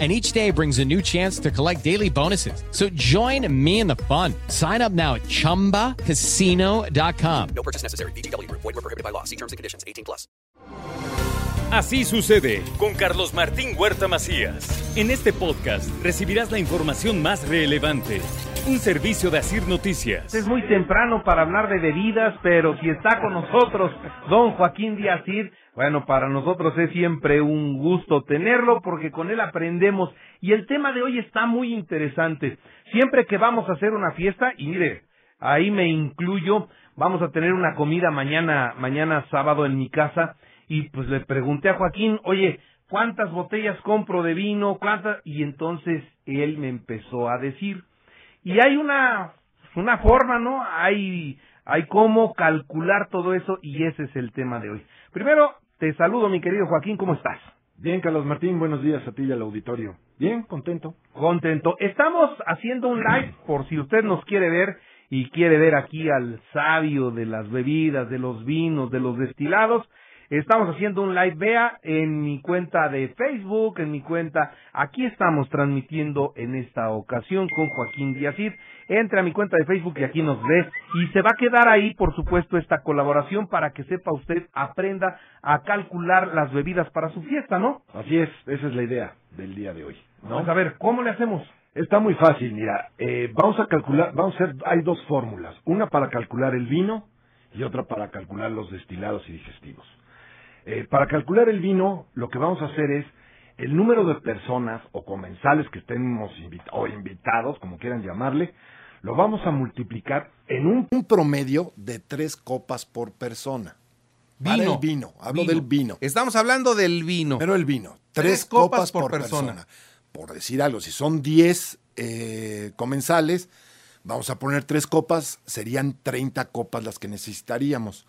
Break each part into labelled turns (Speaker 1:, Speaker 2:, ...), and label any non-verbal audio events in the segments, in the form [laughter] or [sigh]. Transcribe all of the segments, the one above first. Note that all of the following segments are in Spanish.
Speaker 1: and each day brings a new chance to collect daily bonuses. So join me in the fun. Sign up now at ChumbaCasino.com.
Speaker 2: No purchase necessary. BGW. Void were prohibited by law. See terms and conditions. 18 plus.
Speaker 3: Así sucede con Carlos Martín Huerta Macías. En este podcast recibirás la información más relevante. Un servicio de Asir Noticias.
Speaker 4: Es muy temprano para hablar de bebidas, pero si está con nosotros don Joaquín Díaz Cid, bueno, para nosotros es siempre un gusto tenerlo porque con él aprendemos. Y el tema de hoy está muy interesante. Siempre que vamos a hacer una fiesta, y mire, ahí me incluyo, vamos a tener una comida mañana, mañana sábado en mi casa, y pues le pregunté a Joaquín, oye, ¿cuántas botellas compro de vino? ¿Cuántas? Y entonces él me empezó a decir, y hay una una forma, ¿no? Hay hay cómo calcular todo eso y ese es el tema de hoy. Primero te saludo, mi querido Joaquín, ¿cómo estás?
Speaker 5: Bien, Carlos Martín, buenos días a ti y al auditorio. Bien, contento.
Speaker 4: Contento. Estamos haciendo un live por si usted nos quiere ver y quiere ver aquí al sabio de las bebidas, de los vinos, de los destilados. Estamos haciendo un live, vea, en mi cuenta de Facebook, en mi cuenta. Aquí estamos transmitiendo en esta ocasión con Joaquín Díaz. Cid. Entra a mi cuenta de Facebook y aquí nos ves. Y se va a quedar ahí, por supuesto, esta colaboración para que sepa usted, aprenda a calcular las bebidas para su fiesta, ¿no?
Speaker 5: Así es, esa es la idea del día de hoy. ¿no?
Speaker 4: Vamos a ver, ¿cómo le hacemos?
Speaker 5: Está muy fácil, mira, eh, vamos a calcular, vamos a hacer, hay dos fórmulas, una para calcular el vino y otra para calcular los destilados y digestivos. Eh, para calcular el vino, lo que vamos a hacer es el número de personas o comensales que estemos invita- o invitados, como quieran llamarle, lo vamos a multiplicar en un
Speaker 6: un promedio de tres copas por persona. Para
Speaker 7: Vino.
Speaker 6: el vino, hablo del vino.
Speaker 7: Estamos hablando del vino.
Speaker 6: Pero el vino, tres,
Speaker 7: Tres
Speaker 6: copas, por, persona. Por decir algo, si son 10 eh, comensales, vamos a poner tres copas, serían 30 copas las que necesitaríamos.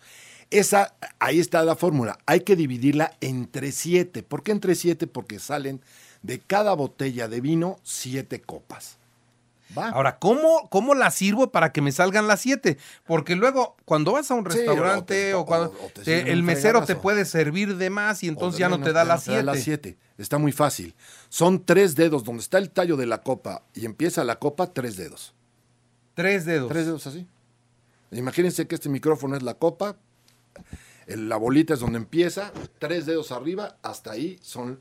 Speaker 6: Esa, ahí está la fórmula. Hay que dividirla entre siete. ¿Por qué entre siete? Porque salen de cada botella de vino siete copas. ¿Va?
Speaker 7: Ahora, ¿cómo, ¿cómo la sirvo para que me salgan las siete? Porque luego, cuando vas a un
Speaker 6: Sí,
Speaker 7: restaurante
Speaker 6: o te-
Speaker 7: o, cuando
Speaker 6: o- o te
Speaker 7: te-
Speaker 6: sirven
Speaker 7: el
Speaker 6: un
Speaker 7: mesero te
Speaker 6: fregadazo.
Speaker 7: puede servir de más y entonces ya no te da las
Speaker 6: siete.
Speaker 7: siete.
Speaker 6: Está muy fácil. Son tres dedos. Donde está el tallo de la copa y empieza la copa, tres dedos.
Speaker 7: Tres dedos.
Speaker 6: Tres dedos así. Imagínense que este micrófono es la copa. el- La bolita es donde empieza. Tres dedos arriba. Hasta ahí son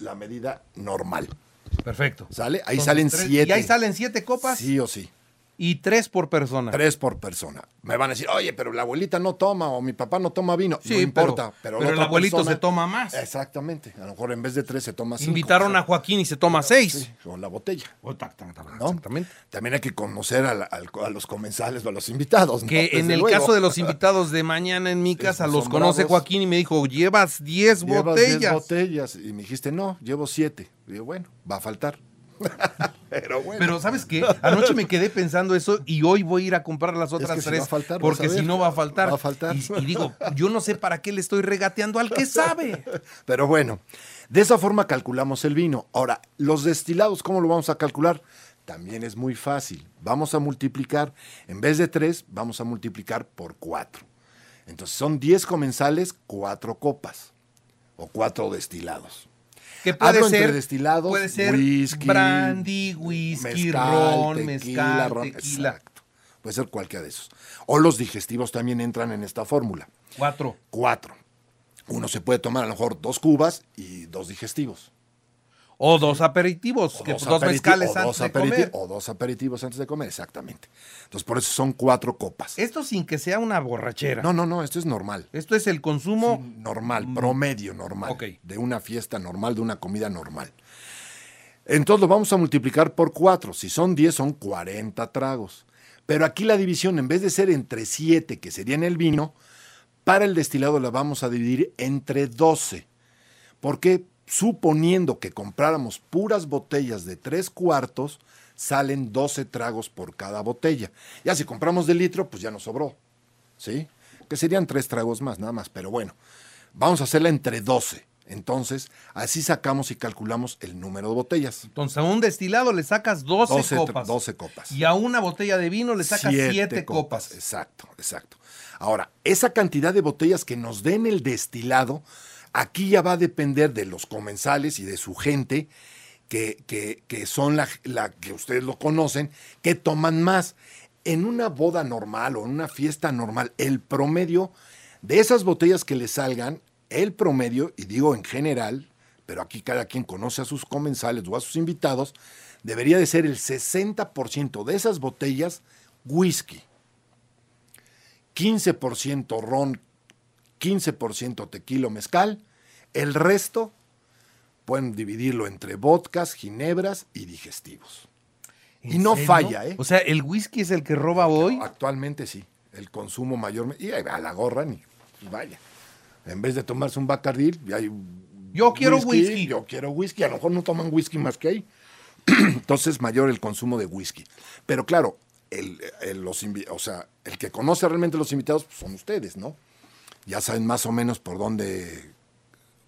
Speaker 6: la medida normal.
Speaker 7: Perfecto.
Speaker 6: ¿Sale? Ahí
Speaker 7: Entonces,
Speaker 6: salen
Speaker 7: tres-
Speaker 6: siete.
Speaker 7: Y ahí salen siete copas Ah.
Speaker 6: Sí o sí.
Speaker 7: y tres por persona.
Speaker 6: Tres por persona. Me van a decir, oye, pero la abuelita no toma o mi papá no toma vino.
Speaker 7: Sí,
Speaker 6: no
Speaker 7: pero-
Speaker 6: importa. Pero,
Speaker 7: pero
Speaker 6: la
Speaker 7: el
Speaker 6: otra
Speaker 7: abuelito
Speaker 6: persona-
Speaker 7: se toma más.
Speaker 6: Exactamente. A lo mejor en vez de tres se toma cinco.
Speaker 7: Invitaron a Joaquín y se toma seis.
Speaker 6: Sí, con la botella. ¿no?
Speaker 7: Exactamente.
Speaker 6: También hay que conocer a, la- al- a los comensales o a los invitados. ¿no?
Speaker 7: Que en
Speaker 6: Desde
Speaker 7: el
Speaker 6: luego.
Speaker 7: caso de
Speaker 6: [laughs]
Speaker 7: los invitados de mañana en mi casa,
Speaker 6: son
Speaker 7: los conoce
Speaker 6: bravos.
Speaker 7: Joaquín y me dijo, llevas diez
Speaker 6: Llevas diez
Speaker 7: botellas.
Speaker 6: botellas. Y me dijiste, no, llevo siete. Y yo, bueno, va a faltar. [laughs] Pero bueno.
Speaker 7: Pero ¿sabes qué? Anoche me quedé pensando eso y hoy voy a ir a comprar las otras
Speaker 6: que si
Speaker 7: tres.
Speaker 6: va a faltar, vas
Speaker 7: porque
Speaker 6: a ver.
Speaker 7: si no va a faltar.
Speaker 6: Va a faltar.
Speaker 7: Y, y digo, yo no sé para qué le estoy regateando al que sabe.
Speaker 6: Pero bueno, de esa forma calculamos el vino. Ahora, los destilados, ¿cómo lo vamos a calcular? También es muy fácil. Vamos a multiplicar, en vez de 3, vamos a multiplicar por 4. Entonces son 10 comensales, 4 copas o 4 destilados.
Speaker 7: Que puede
Speaker 6: Hablo
Speaker 7: ser
Speaker 6: entre destilados,
Speaker 7: puede ser
Speaker 6: whisky,
Speaker 7: brandy, whisky, ron, mezcal, tequila.
Speaker 6: Exacto. Puede ser cualquiera de esos. O los digestivos también entran en esta fórmula.
Speaker 7: Cuatro.
Speaker 6: Cuatro. Uno se puede tomar a lo mejor dos cubas y dos digestivos.
Speaker 7: O dos aperitivos,
Speaker 6: O
Speaker 7: que dos,
Speaker 6: aperiti-
Speaker 7: mezcales
Speaker 6: o
Speaker 7: antes
Speaker 6: dos
Speaker 7: de
Speaker 6: aperiti-
Speaker 7: comer.
Speaker 6: O dos aperitivos antes de comer, exactamente. Entonces, por eso son cuatro copas.
Speaker 7: Esto sin que sea una borrachera.
Speaker 6: No, no, no, esto es normal.
Speaker 7: Esto es mm. el consumo.
Speaker 6: Normal, promedio normal.
Speaker 7: Ok.
Speaker 6: De una fiesta normal, de una comida normal. Entonces lo vamos a multiplicar por cuatro. Si son 10, son 40 tragos. Pero aquí la división, en vez de ser entre 7, que sería en el vino, para el destilado la vamos a dividir entre 12. Porque suponiendo que compráramos puras botellas de tres cuartos, salen 12 tragos por cada botella. Ya si compramos de litro, pues ya nos sobró. ¿Sí? que serían tres tragos más, nada más, pero bueno, vamos a hacerla entre 12. Entonces, así sacamos y calculamos el número de botellas.
Speaker 7: Entonces, a un destilado le sacas 12,
Speaker 6: 12 tra-
Speaker 7: copas.
Speaker 6: 12 copas.
Speaker 7: Y a una botella de vino le sacas 7, copas.
Speaker 6: Exacto, exacto. Ahora, esa cantidad de botellas que nos den el destilado, aquí ya va a depender de los comensales y de su gente, que, que- que son la, la que ustedes lo conocen, que toman más. En una boda normal o en una fiesta normal, el promedio de esas botellas que le salgan, el promedio, y digo en general, pero aquí cada quien conoce a sus comensales o a sus invitados, debería de ser el 60% de esas botellas whisky. 15% ron, 15% tequila o mezcal, el resto pueden dividirlo entre vodkas, ginebras y digestivos. Y
Speaker 7: ¿En
Speaker 6: no
Speaker 7: serio?
Speaker 6: falla, ¿eh?
Speaker 7: O sea, el whisky es el que roba hoy.
Speaker 6: Actualmente sí, el consumo mayor y ahí a la gorra ni y vaya. En vez de tomarse un Bacardí, hay
Speaker 7: Yo quiero whisky.
Speaker 6: Yo quiero whisky, a lo mejor no toman whisky más que ahí. [clears throat] Entonces mayor el consumo de whisky. Pero claro, el, el- los invi- o sea, el que conoce realmente los invitados pues, son ustedes, ¿no? Ya saben más o menos por dónde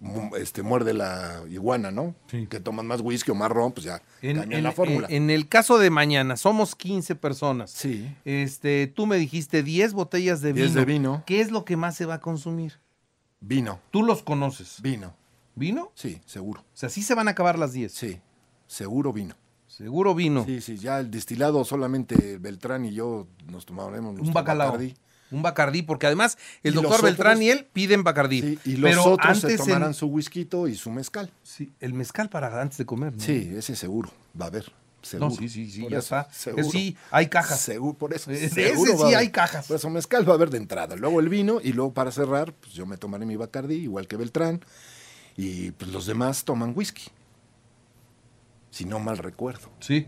Speaker 6: mu- este, muerde la iguana, ¿no? Que toman más whisky o más ron, pues ya cambian la fórmula.
Speaker 7: en- en el caso de mañana, somos 15 personas.
Speaker 6: Sí.
Speaker 7: Este, tú me dijiste 10 botellas de vino.
Speaker 6: 10 de vino.
Speaker 7: ¿Qué es lo que más se va a consumir?
Speaker 6: Vino,
Speaker 7: Tú los conoces.
Speaker 6: vino,
Speaker 7: ¿Vino? O
Speaker 6: sí, seguro.
Speaker 7: sea, sí se van a acabar las 10.
Speaker 6: Sí, seguro vino.
Speaker 7: Seguro vino.
Speaker 6: Sí, sí, ya el destilado solamente Beltrán y yo nos tomaremos
Speaker 7: Un
Speaker 6: nuestro
Speaker 7: bacalao.
Speaker 6: Bacardí.
Speaker 7: Un bacardí, porque además el
Speaker 6: Y los
Speaker 7: doctor Beltrán
Speaker 6: otros-
Speaker 7: y él piden bacardí.
Speaker 6: Sí, y los
Speaker 7: Pero
Speaker 6: otros se
Speaker 7: antes en-
Speaker 6: tomarán su whisky y su mezcal.
Speaker 7: sí, el mezcal para antes de comer. ¿no?
Speaker 6: Sí, ese seguro, va a haber. Seguro.
Speaker 7: No, sí, sí, sí,
Speaker 6: Por
Speaker 7: ya
Speaker 6: eso,
Speaker 7: está. Eh,
Speaker 6: Seguro.
Speaker 7: Sí, hay cajas. Eh,
Speaker 6: Seguro, por eso.
Speaker 7: Ese
Speaker 6: seguro va a
Speaker 7: sí
Speaker 6: haber.
Speaker 7: hay cajas.
Speaker 6: Por eso mezcal va a haber de entrada. Luego el vino y luego para cerrar, pues yo me tomaré mi Bacardí, igual que Beltrán. Y pues los demás toman whisky. Si no mal recuerdo.
Speaker 7: Sí.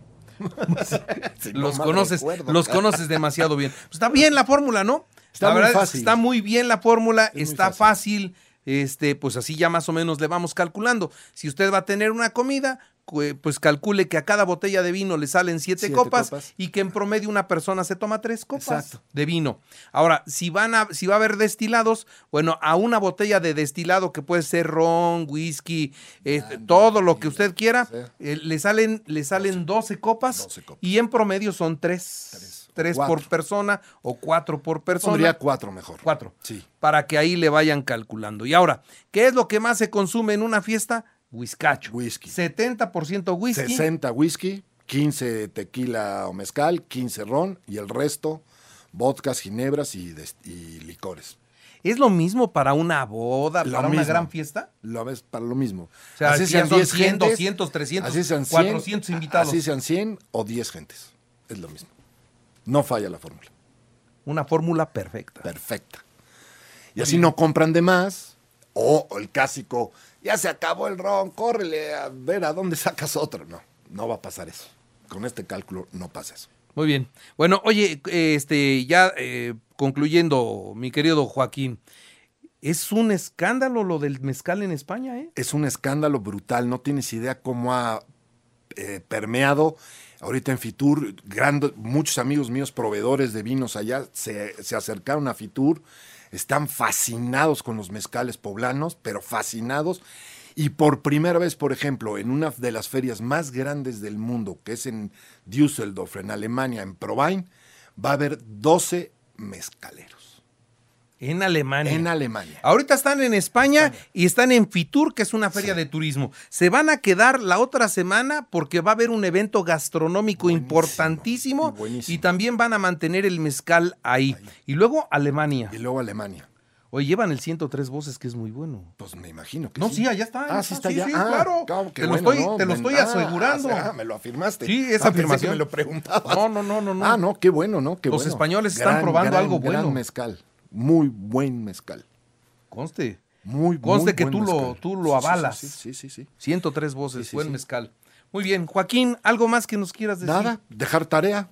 Speaker 6: Si no
Speaker 7: Los
Speaker 6: mal
Speaker 7: conoces,
Speaker 6: recuerdo.
Speaker 7: los conoces demasiado bien. Pues está bien la fórmula, ¿no?
Speaker 6: Está
Speaker 7: la
Speaker 6: muy
Speaker 7: verdad es que
Speaker 6: fácil.
Speaker 7: está muy bien la fórmula,
Speaker 6: muy
Speaker 7: está fácil. Este, pues así ya más o menos le vamos calculando. Si usted va a tener una comida, cu- pues calcule que a cada botella de vino le salen siete,
Speaker 6: Siete
Speaker 7: copas,
Speaker 6: copas.
Speaker 7: y que en promedio una persona se toma tres copas
Speaker 6: Exacto.
Speaker 7: de vino. Ahora, si van a, si va a haber destilados, bueno, a una botella de destilado que puede ser ron, whisky,
Speaker 6: Ah,
Speaker 7: este, todo lo que usted quiera,
Speaker 6: sea.
Speaker 7: eh, le salen, le salen 12 copas
Speaker 6: 12 copas.
Speaker 7: y en promedio son tres. Tres,
Speaker 6: Tres. Cuatro.
Speaker 7: por persona o cuatro por persona.
Speaker 6: Pondría cuatro mejor.
Speaker 7: cuatro.
Speaker 6: Sí.
Speaker 7: Para que ahí le vayan calculando. Y ahora, ¿qué es lo que más se consume en una fiesta? Whiskacho.
Speaker 6: Whisky.
Speaker 7: 70% whisky.
Speaker 6: 60 whisky, 15 tequila o mezcal, 15 ron y el resto vodkas, ginebras y, des- y licores.
Speaker 7: ¿Es lo mismo para una boda,
Speaker 6: Lo
Speaker 7: para una
Speaker 6: mismo.
Speaker 7: gran fiesta?
Speaker 6: Lo ves para lo mismo.
Speaker 7: O sea, si ya son
Speaker 6: 10
Speaker 7: 100,
Speaker 6: gentes,
Speaker 7: 200, 300,
Speaker 6: así sean
Speaker 7: 400 invitados.
Speaker 6: Así sean 100 o 10 gentes. Es lo mismo. No falla la fórmula.
Speaker 7: Una fórmula perfecta.
Speaker 6: Perfecta. Y así no compran de más. O el clásico, ya se acabó el ron, córrele a ver a dónde sacas otro. No, no va a pasar eso. Con este cálculo no pasa eso.
Speaker 7: Muy bien. Bueno, oye, eh, este, ya eh, concluyendo, mi querido Joaquín, es un escándalo lo del mezcal en España, ¿eh?
Speaker 6: es un escándalo brutal. No tienes idea cómo ha eh, permeado. Ahorita en Fitur, grande- muchos amigos míos, proveedores de vinos allá, se, se acercaron a Fitur. Están fascinados con los mezcales poblanos, pero fascinados. Y por primera vez, por ejemplo, en una de las ferias más grandes del mundo, que es en Düsseldorf, en Alemania, en Probain, va a haber 12 mezcaleros
Speaker 7: En Alemania.
Speaker 6: en Alemania.
Speaker 7: Ahorita están en España, y están en Fitur, que es una feria de turismo. Se van a quedar la otra semana porque va a haber un evento gastronómico
Speaker 6: Buenísimo,
Speaker 7: importantísimo
Speaker 6: y buenísimo.
Speaker 7: y también van a mantener el mezcal ahí. Y luego Alemania.
Speaker 6: Y luego Alemania.
Speaker 7: Hoy llevan el 103 voces, que es muy bueno.
Speaker 6: Pues me imagino que
Speaker 7: No, sí, allá está, allá
Speaker 6: Ah, sí
Speaker 7: está,
Speaker 6: está
Speaker 7: sí,
Speaker 6: allá.
Speaker 7: sí,
Speaker 6: Ah,
Speaker 7: claro.
Speaker 6: qué
Speaker 7: Te lo estoy- te lo estoy
Speaker 6: Ah,
Speaker 7: asegurando.
Speaker 6: Ah, me lo afirmaste.
Speaker 7: Sí,
Speaker 6: es
Speaker 7: esa afirmación.
Speaker 6: [laughs] me lo preguntabas.
Speaker 7: No, no, no, no, no.
Speaker 6: Ah, no, qué bueno, ¿no? Qué
Speaker 7: Los
Speaker 6: bueno.
Speaker 7: españoles están probando algo bueno.
Speaker 6: Gran mezcal. Muy buen mezcal.
Speaker 7: Conste.
Speaker 6: Muy,
Speaker 7: Conste
Speaker 6: muy
Speaker 7: que
Speaker 6: buen
Speaker 7: tú lo-
Speaker 6: mezcal.
Speaker 7: tú lo
Speaker 6: Sí, sí, sí,
Speaker 7: avalas.
Speaker 6: Sí, sí, sí. sí.
Speaker 7: 103 voces,
Speaker 6: Sí, sí,
Speaker 7: buen
Speaker 6: sí.
Speaker 7: mezcal. Muy bien, Joaquín, ¿algo más que nos quieras decir?
Speaker 6: Nada, dejar tarea.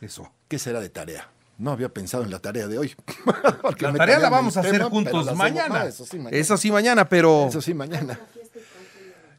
Speaker 7: Eso.
Speaker 6: ¿Qué será de tarea? No había pensado en la tarea de hoy. [laughs] Porque
Speaker 7: La
Speaker 6: me
Speaker 7: tarea la
Speaker 6: cambiaron
Speaker 7: vamos a
Speaker 6: el
Speaker 7: hacer
Speaker 6: tema, pero la
Speaker 7: juntos
Speaker 6: hacemos-
Speaker 7: mañana.
Speaker 6: ah, eso sí, mañana.
Speaker 7: Eso sí, mañana, pero
Speaker 6: Eso sí, mañana.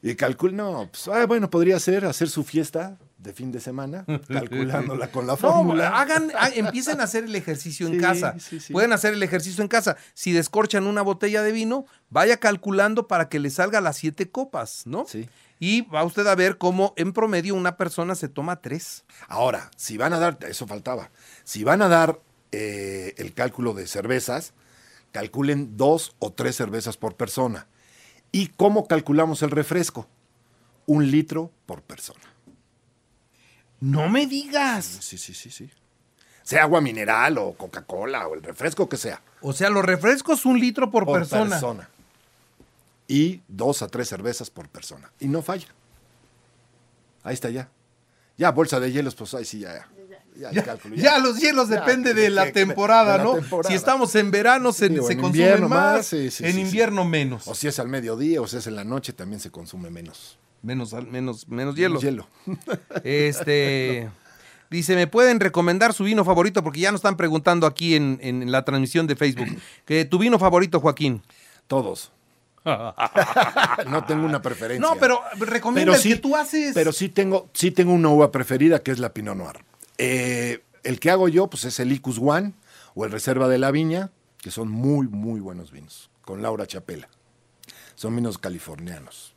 Speaker 6: Y calcul, no, pues, ah, bueno, podría ser hacer su fiesta de fin de semana, calculándola con
Speaker 7: No,
Speaker 6: la
Speaker 7: ah.
Speaker 6: fórmula.
Speaker 7: hagan, ha- empiecen a hacer el ejercicio en
Speaker 6: Sí,
Speaker 7: casa.
Speaker 6: sí, sí.
Speaker 7: Pueden hacer el ejercicio en casa. Si descorchan una botella de vino, vaya calculando para que le salga las siete copas, ¿no?
Speaker 6: Sí.
Speaker 7: Y va usted a ver cómo en promedio una persona se toma tres.
Speaker 6: Ahora, si van a dar, eso faltaba, si van a dar eh, el cálculo de cervezas, calculen dos o tres cervezas por persona. ¿Y cómo calculamos el refresco? Un litro por persona.
Speaker 7: No me digas.
Speaker 6: Sí, sí, sí, sí. Sea agua mineral o Coca-Cola o el refresco que sea.
Speaker 7: O sea, los refrescos un litro por, persona.
Speaker 6: Y dos a tres cervezas por persona. Y no falla. Ahí está ya. Ya, bolsa de hielos, pues ahí sí, ya. Ya, ya, el cálculo,
Speaker 7: [laughs]
Speaker 6: ya.
Speaker 7: Ya los hielos
Speaker 6: Ya,
Speaker 7: depende de
Speaker 6: de-
Speaker 7: la
Speaker 6: de-
Speaker 7: temporada,
Speaker 6: de la
Speaker 7: ¿no?
Speaker 6: temporada.
Speaker 7: Si estamos en verano se,
Speaker 6: Sí, o
Speaker 7: se
Speaker 6: en
Speaker 7: consume
Speaker 6: invierno
Speaker 7: más,
Speaker 6: más, sí, sí,
Speaker 7: en
Speaker 6: sí, sí.
Speaker 7: invierno menos.
Speaker 6: O si es al mediodía o si es en la noche, también se consume menos.
Speaker 7: menos, al- menos, menos hielo.
Speaker 6: Hielo.
Speaker 7: Este. Dice, ¿me pueden recomendar su vino favorito? Porque ya nos están preguntando aquí en, en la transmisión de Facebook. Que tu vino favorito, Joaquín. [laughs]
Speaker 6: Todos. no tengo una preferencia.
Speaker 7: No, pero recomienda el que tú haces.
Speaker 6: Pero sí tengo, sí tengo una uva preferida que es la Pinot Noir. Eh, el que hago yo, pues es el Icus One o el Reserva de la Viña, que son muy, muy buenos vinos, con Laura Chapela. Son vinos californianos.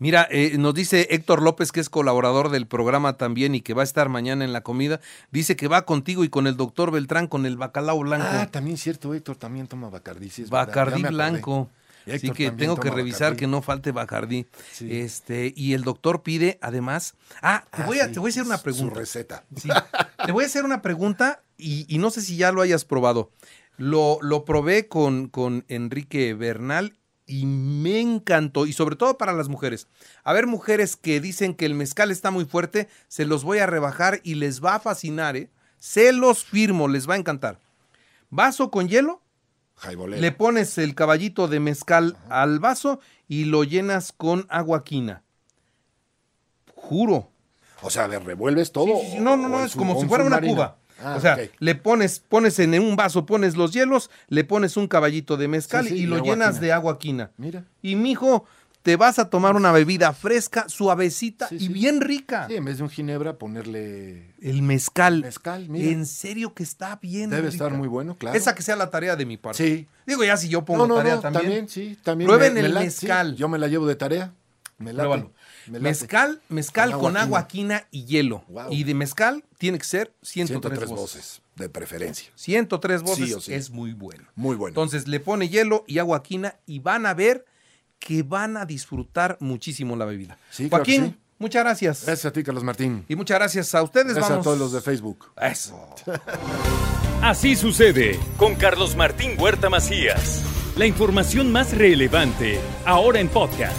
Speaker 7: Mira, eh, nos dice Héctor López, que es colaborador del programa también y que va a estar mañana en la comida. Dice que va contigo y con el doctor Beltrán con el bacalao blanco.
Speaker 6: Ah, también cierto, Héctor también toma Bacardí. sí es verdad, ya
Speaker 7: Bacardí
Speaker 6: me acordé.
Speaker 7: blanco.
Speaker 6: Y
Speaker 7: Así
Speaker 6: Héctor
Speaker 7: que
Speaker 6: también
Speaker 7: tengo que
Speaker 6: toma
Speaker 7: revisar
Speaker 6: Bacardí.
Speaker 7: que no falte Bacardí.
Speaker 6: Sí.
Speaker 7: Este, y el doctor pide, además. Ah, te,
Speaker 6: Ah,
Speaker 7: voy, a,
Speaker 6: sí,
Speaker 7: te voy a hacer una
Speaker 6: su
Speaker 7: pregunta.
Speaker 6: receta.
Speaker 7: Sí. Te voy a hacer una pregunta y, y no sé si ya lo hayas probado. Lo, lo probé con, con Enrique Bernal y me encantó, y sobre todo para las mujeres. A ver, mujeres que dicen que el mezcal está muy fuerte, se los voy a rebajar y les va a fascinar, ¿eh? Se los firmo, les va a encantar. Vaso con hielo,
Speaker 6: Jaibolero.
Speaker 7: le pones el caballito de mezcal al vaso y lo llenas con agua quina. Juro,
Speaker 6: O sea, ¿le revuelves todo?
Speaker 7: Sí, sí, sí. No, no,
Speaker 6: o
Speaker 7: no,
Speaker 6: el
Speaker 7: es
Speaker 6: su-
Speaker 7: como
Speaker 6: o
Speaker 7: si
Speaker 6: un
Speaker 7: fuera una
Speaker 6: submarino?
Speaker 7: cuba.
Speaker 6: Ah,
Speaker 7: o sea,
Speaker 6: ok.
Speaker 7: le pones, pones en un vaso, pones los hielos, le pones un caballito de mezcal
Speaker 6: Sí, sí,
Speaker 7: y
Speaker 6: y
Speaker 7: lo
Speaker 6: agua
Speaker 7: llenas
Speaker 6: quina.
Speaker 7: de agua quina.
Speaker 6: Mira. Pues
Speaker 7: Y mijo, te vas a tomar una bebida fresca, suavecita
Speaker 6: Sí,
Speaker 7: y
Speaker 6: sí.
Speaker 7: bien rica.
Speaker 6: Sí, en vez de un ginebra, ponerle...
Speaker 7: El mezcal.
Speaker 6: Mezcal, mira.
Speaker 7: En serio que está bien.
Speaker 6: Debe
Speaker 7: rica.
Speaker 6: estar muy bueno, claro.
Speaker 7: Esa que sea la tarea de mi parte.
Speaker 6: Sí.
Speaker 7: Digo, ya si yo pongo tarea también.
Speaker 6: sí, también.
Speaker 7: Prueben
Speaker 6: me- me
Speaker 7: el
Speaker 6: late, sí.
Speaker 7: mezcal.
Speaker 6: Yo me la llevo de tarea. Me late,
Speaker 7: Pruébalo.
Speaker 6: me late.
Speaker 7: Mezcal, mezcal
Speaker 6: Con
Speaker 7: con
Speaker 6: agua
Speaker 7: agua quina y hielo.
Speaker 6: Wow.
Speaker 7: Y de mezcal tiene que ser 103,
Speaker 6: 103
Speaker 7: voces.
Speaker 6: voces, de preferencia.
Speaker 7: 103 voces
Speaker 6: Sí o sí.
Speaker 7: es muy bueno.
Speaker 6: Muy bueno.
Speaker 7: Entonces le pone hielo y agua quina y van a ver que van a disfrutar muchísimo la bebida.
Speaker 6: Sí, claro
Speaker 7: Joaquín,
Speaker 6: que sí.
Speaker 7: muchas gracias.
Speaker 6: Gracias a ti, Carlos Martín.
Speaker 7: Y muchas gracias a ustedes.
Speaker 6: Gracias
Speaker 7: Vamos.
Speaker 6: a todos los de Facebook.
Speaker 7: Eso.
Speaker 3: Así sucede con Carlos Martín Huerta Macías. La información más relevante, ahora en podcast.